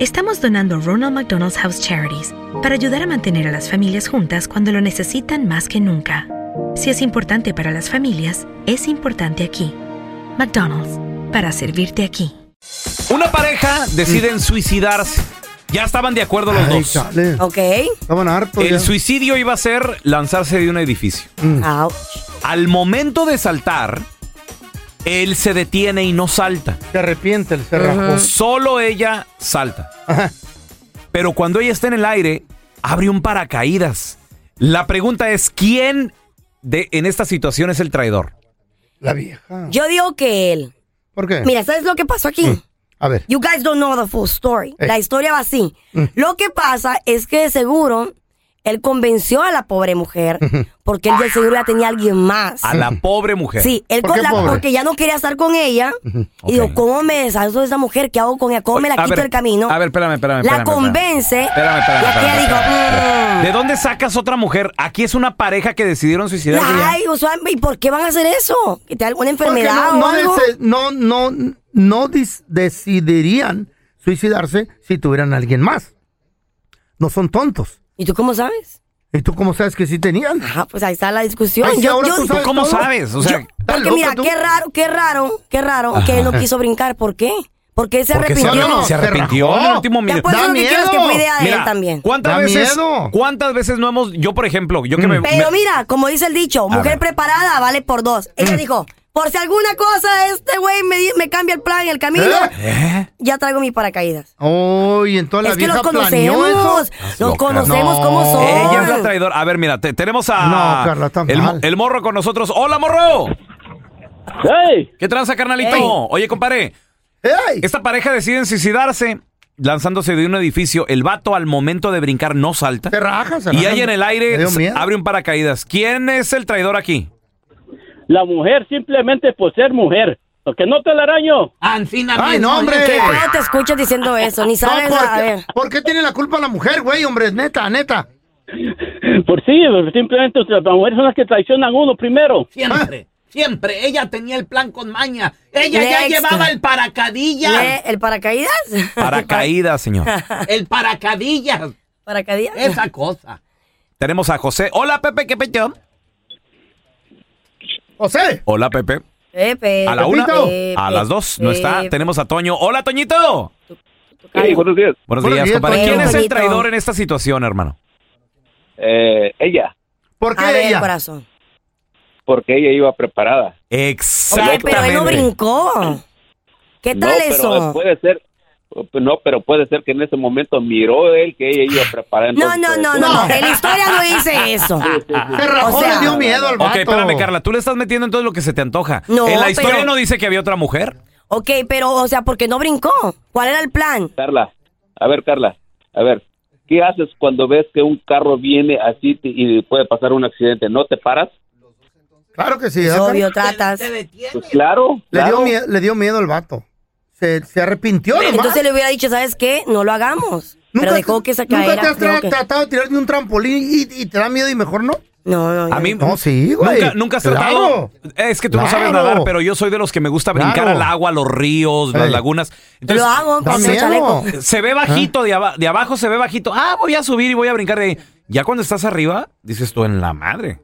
Estamos donando Ronald McDonald's House Charities para ayudar a mantener a las familias juntas cuando lo necesitan más que nunca. Si es importante para las familias, es importante aquí. McDonald's, para servirte aquí. Una pareja deciden suicidarse. Ya estaban de acuerdo los Ay, dos. chale. Ok. Estaban hartos. El ya. suicidio iba a ser lanzarse de un edificio. Ouch. Al momento de saltar, él se detiene y no salta. Se arrepiente, el se rajó. Solo ella salta. Pero cuando ella está en el aire, abre un paracaídas. La pregunta es, ¿quién de, en esta situación es el traidor? La vieja. Yo digo que él. ¿Por Eh. qué? Mm. Mira, ¿sabes lo que pasó aquí? Mm. A ver. You guys don't know the full story. Eh. La historia va así. Mm. Lo que pasa es que de seguro él convenció a la pobre mujer porque él de seguro la tenía alguien más. A la pobre mujer. Sí, él ¿Por con qué la- pobre? porque ya no quería estar con ella. Y digo, Ok. ¿cómo me deshago de esa mujer? ¿Qué hago con ella? ¿Cómo me la A quito ver, del camino? A ver, espérame, espérame. la espérame, espérame. convence. Espérame, espérame, y aquí espérame, ella dijo, espérame. "Mm". ¿De dónde sacas otra mujer? Aquí es una pareja que decidieron suicidarse. ya. Ay, usual- ¿y por qué van a hacer eso? ¿Que te da alguna Porque no, enfermedad o no, algo? dese- no, no, no dis- decidirían suicidarse si tuvieran a alguien más. No son tontos. ¿Y tú cómo sabes? ¿Y tú cómo sabes que sí tenían? Ajá, pues ahí está la discusión. Ay, sí, yo, ahora yo- tú sabes ¿Cómo todo? sabes? O sea, ¿Estás porque loca mira, tú? qué raro, qué raro, qué raro que él no quiso brincar. ¿Por qué? Porque él se porque se, arrepintió. arrepintió. se arrepintió Se en rajó. el último Ya minuto. pues Da eso lo que quiero es que miedo. fue idea de Mira, él también. ¿cuántas Da veces, miedo. ¿cuántas veces no hemos, yo por ejemplo, yo que me, Pero me- mira, como dice el dicho, ver. mujer preparada vale por dos. Ella Mm. dijo, por si alguna cosa este güey me, di- me cambia el plan en el camino, ¿Eh? ¿Eh? ya traigo mi paracaídas. Oye, entonces la es que los vieja planeó conocemos, eso. los loca. conocemos No. cómo son. Ella es la traidora. A ver, mira, te- tenemos a No, Carla, está el, mal. el morro con nosotros. Hola, morro. ¡Hey! ¿Qué tranza, carnalito? Ey. Oye, compadre, ¡Ey! esta pareja deciden suicidarse lanzándose de un edificio. El vato al momento de brincar no salta. Se raja, se Y raja. ahí en el Me aire dio s- miedo. abre un paracaídas. ¿Quién es el traidor aquí? La mujer simplemente por ser mujer. Porque no te la araño. Ah. ¡Ay, no, hombre! ¿Qué pedo te escuchas diciendo eso? Ni No, Ah, sabes, ¿por, a qué, ver. por qué tiene la culpa la mujer, güey? Hombre, neta, neta. Por sí, pues, simplemente las mujeres son las que traicionan a uno primero. Siempre, siempre. Ella tenía el plan con maña. Ella ya Next. llevaba el paracadillas. ¿Le- ¿El paracaídas? Paracaídas, señor. El paracadillas. ¿Paracaídas? Esa cosa. Tenemos a José. Hola, Pepe, ¿qué pecho? José, Hola, Pepe. Pepe. A la una, Pepe, a las dos, no está. Eh, Pepe. Tenemos a Toño. Hola, Toñito. Sí, buenos días. Buenos Buenos días, días, compadre. Toño. ¿Quién es el Toñito. traidor en esta situación, hermano? Eh, ella, ¿por qué A ver, ella? corazón. porque ella iba Oye, preparada. pero él no Exactamente. brincó. ¿Qué tal no, eso? Pero eh, puede ser, no, pero puede ser que en ese momento miró él que ella iba preparada. No, entonces- no, no, no, no. En la historia no dice eso. Se rajó, O sea- le dio miedo al Ok, vato. espérame, Carla. Tú le estás metiendo entonces lo que se te antoja. No, en la historia pero- no dice que había otra mujer. Ok, pero, o sea, porque no brincó. ¿Cuál era el plan? Carla, a ver, Carla, a ver. ¿Qué haces cuando ves que un carro viene así te- y puede pasar un accidente? ¿No te paras? Claro que sí. ¿eh, Es Carla? Obvio, tratas. Se detiene. Pues claro. Le, claro. dio mie- le dio miedo al vato. se, se arrepintió. nomás. Entonces le hubiera dicho, ¿sabes qué? No lo hagamos. Pero dejó que se nunca caera. te has creo tra- que- tratado de tirar de un trampolín y, y te da miedo y mejor no? No, no. A mí No, sí, güey. Nunca, nunca has Claro. tratado. Es que tú no sabes Claro. nadar, pero yo soy de los que me gusta brincar Claro. al agua, a los ríos, las Ey. lagunas. yo Entonces, Lo hago, da me hace un miedo. chaleco. se ve bajito, de, aba- de abajo se ve bajito. Ah, voy a subir y voy a brincar de ahí. Ya cuando estás arriba, dices tú en la madre.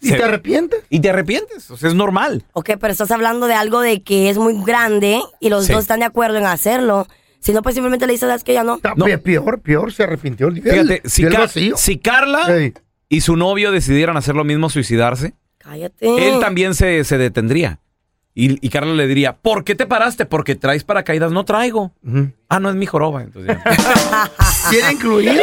¿Y Se- te arrepientes? y te arrepientes. O sea, es normal. Ok, pero estás hablando de algo de que es muy grande y los Sí. dos están de acuerdo en hacerlo. Si no, pues simplemente le dices, ¿sabes qué? Ya no. Está No. pe- Peor, peor, se arrepintió. Dio el- Fíjate, si, dio el Car- vacío. si Carla Ey. y su novio decidieran hacer lo mismo, suicidarse, Cállate. él también se, se detendría. Y, y Carla le diría, ¿por qué te paraste? Porque traes paracaídas. No traigo. Ujú. Ah, no es mi joroba. Entonces, ya. ¿Quiere incluir?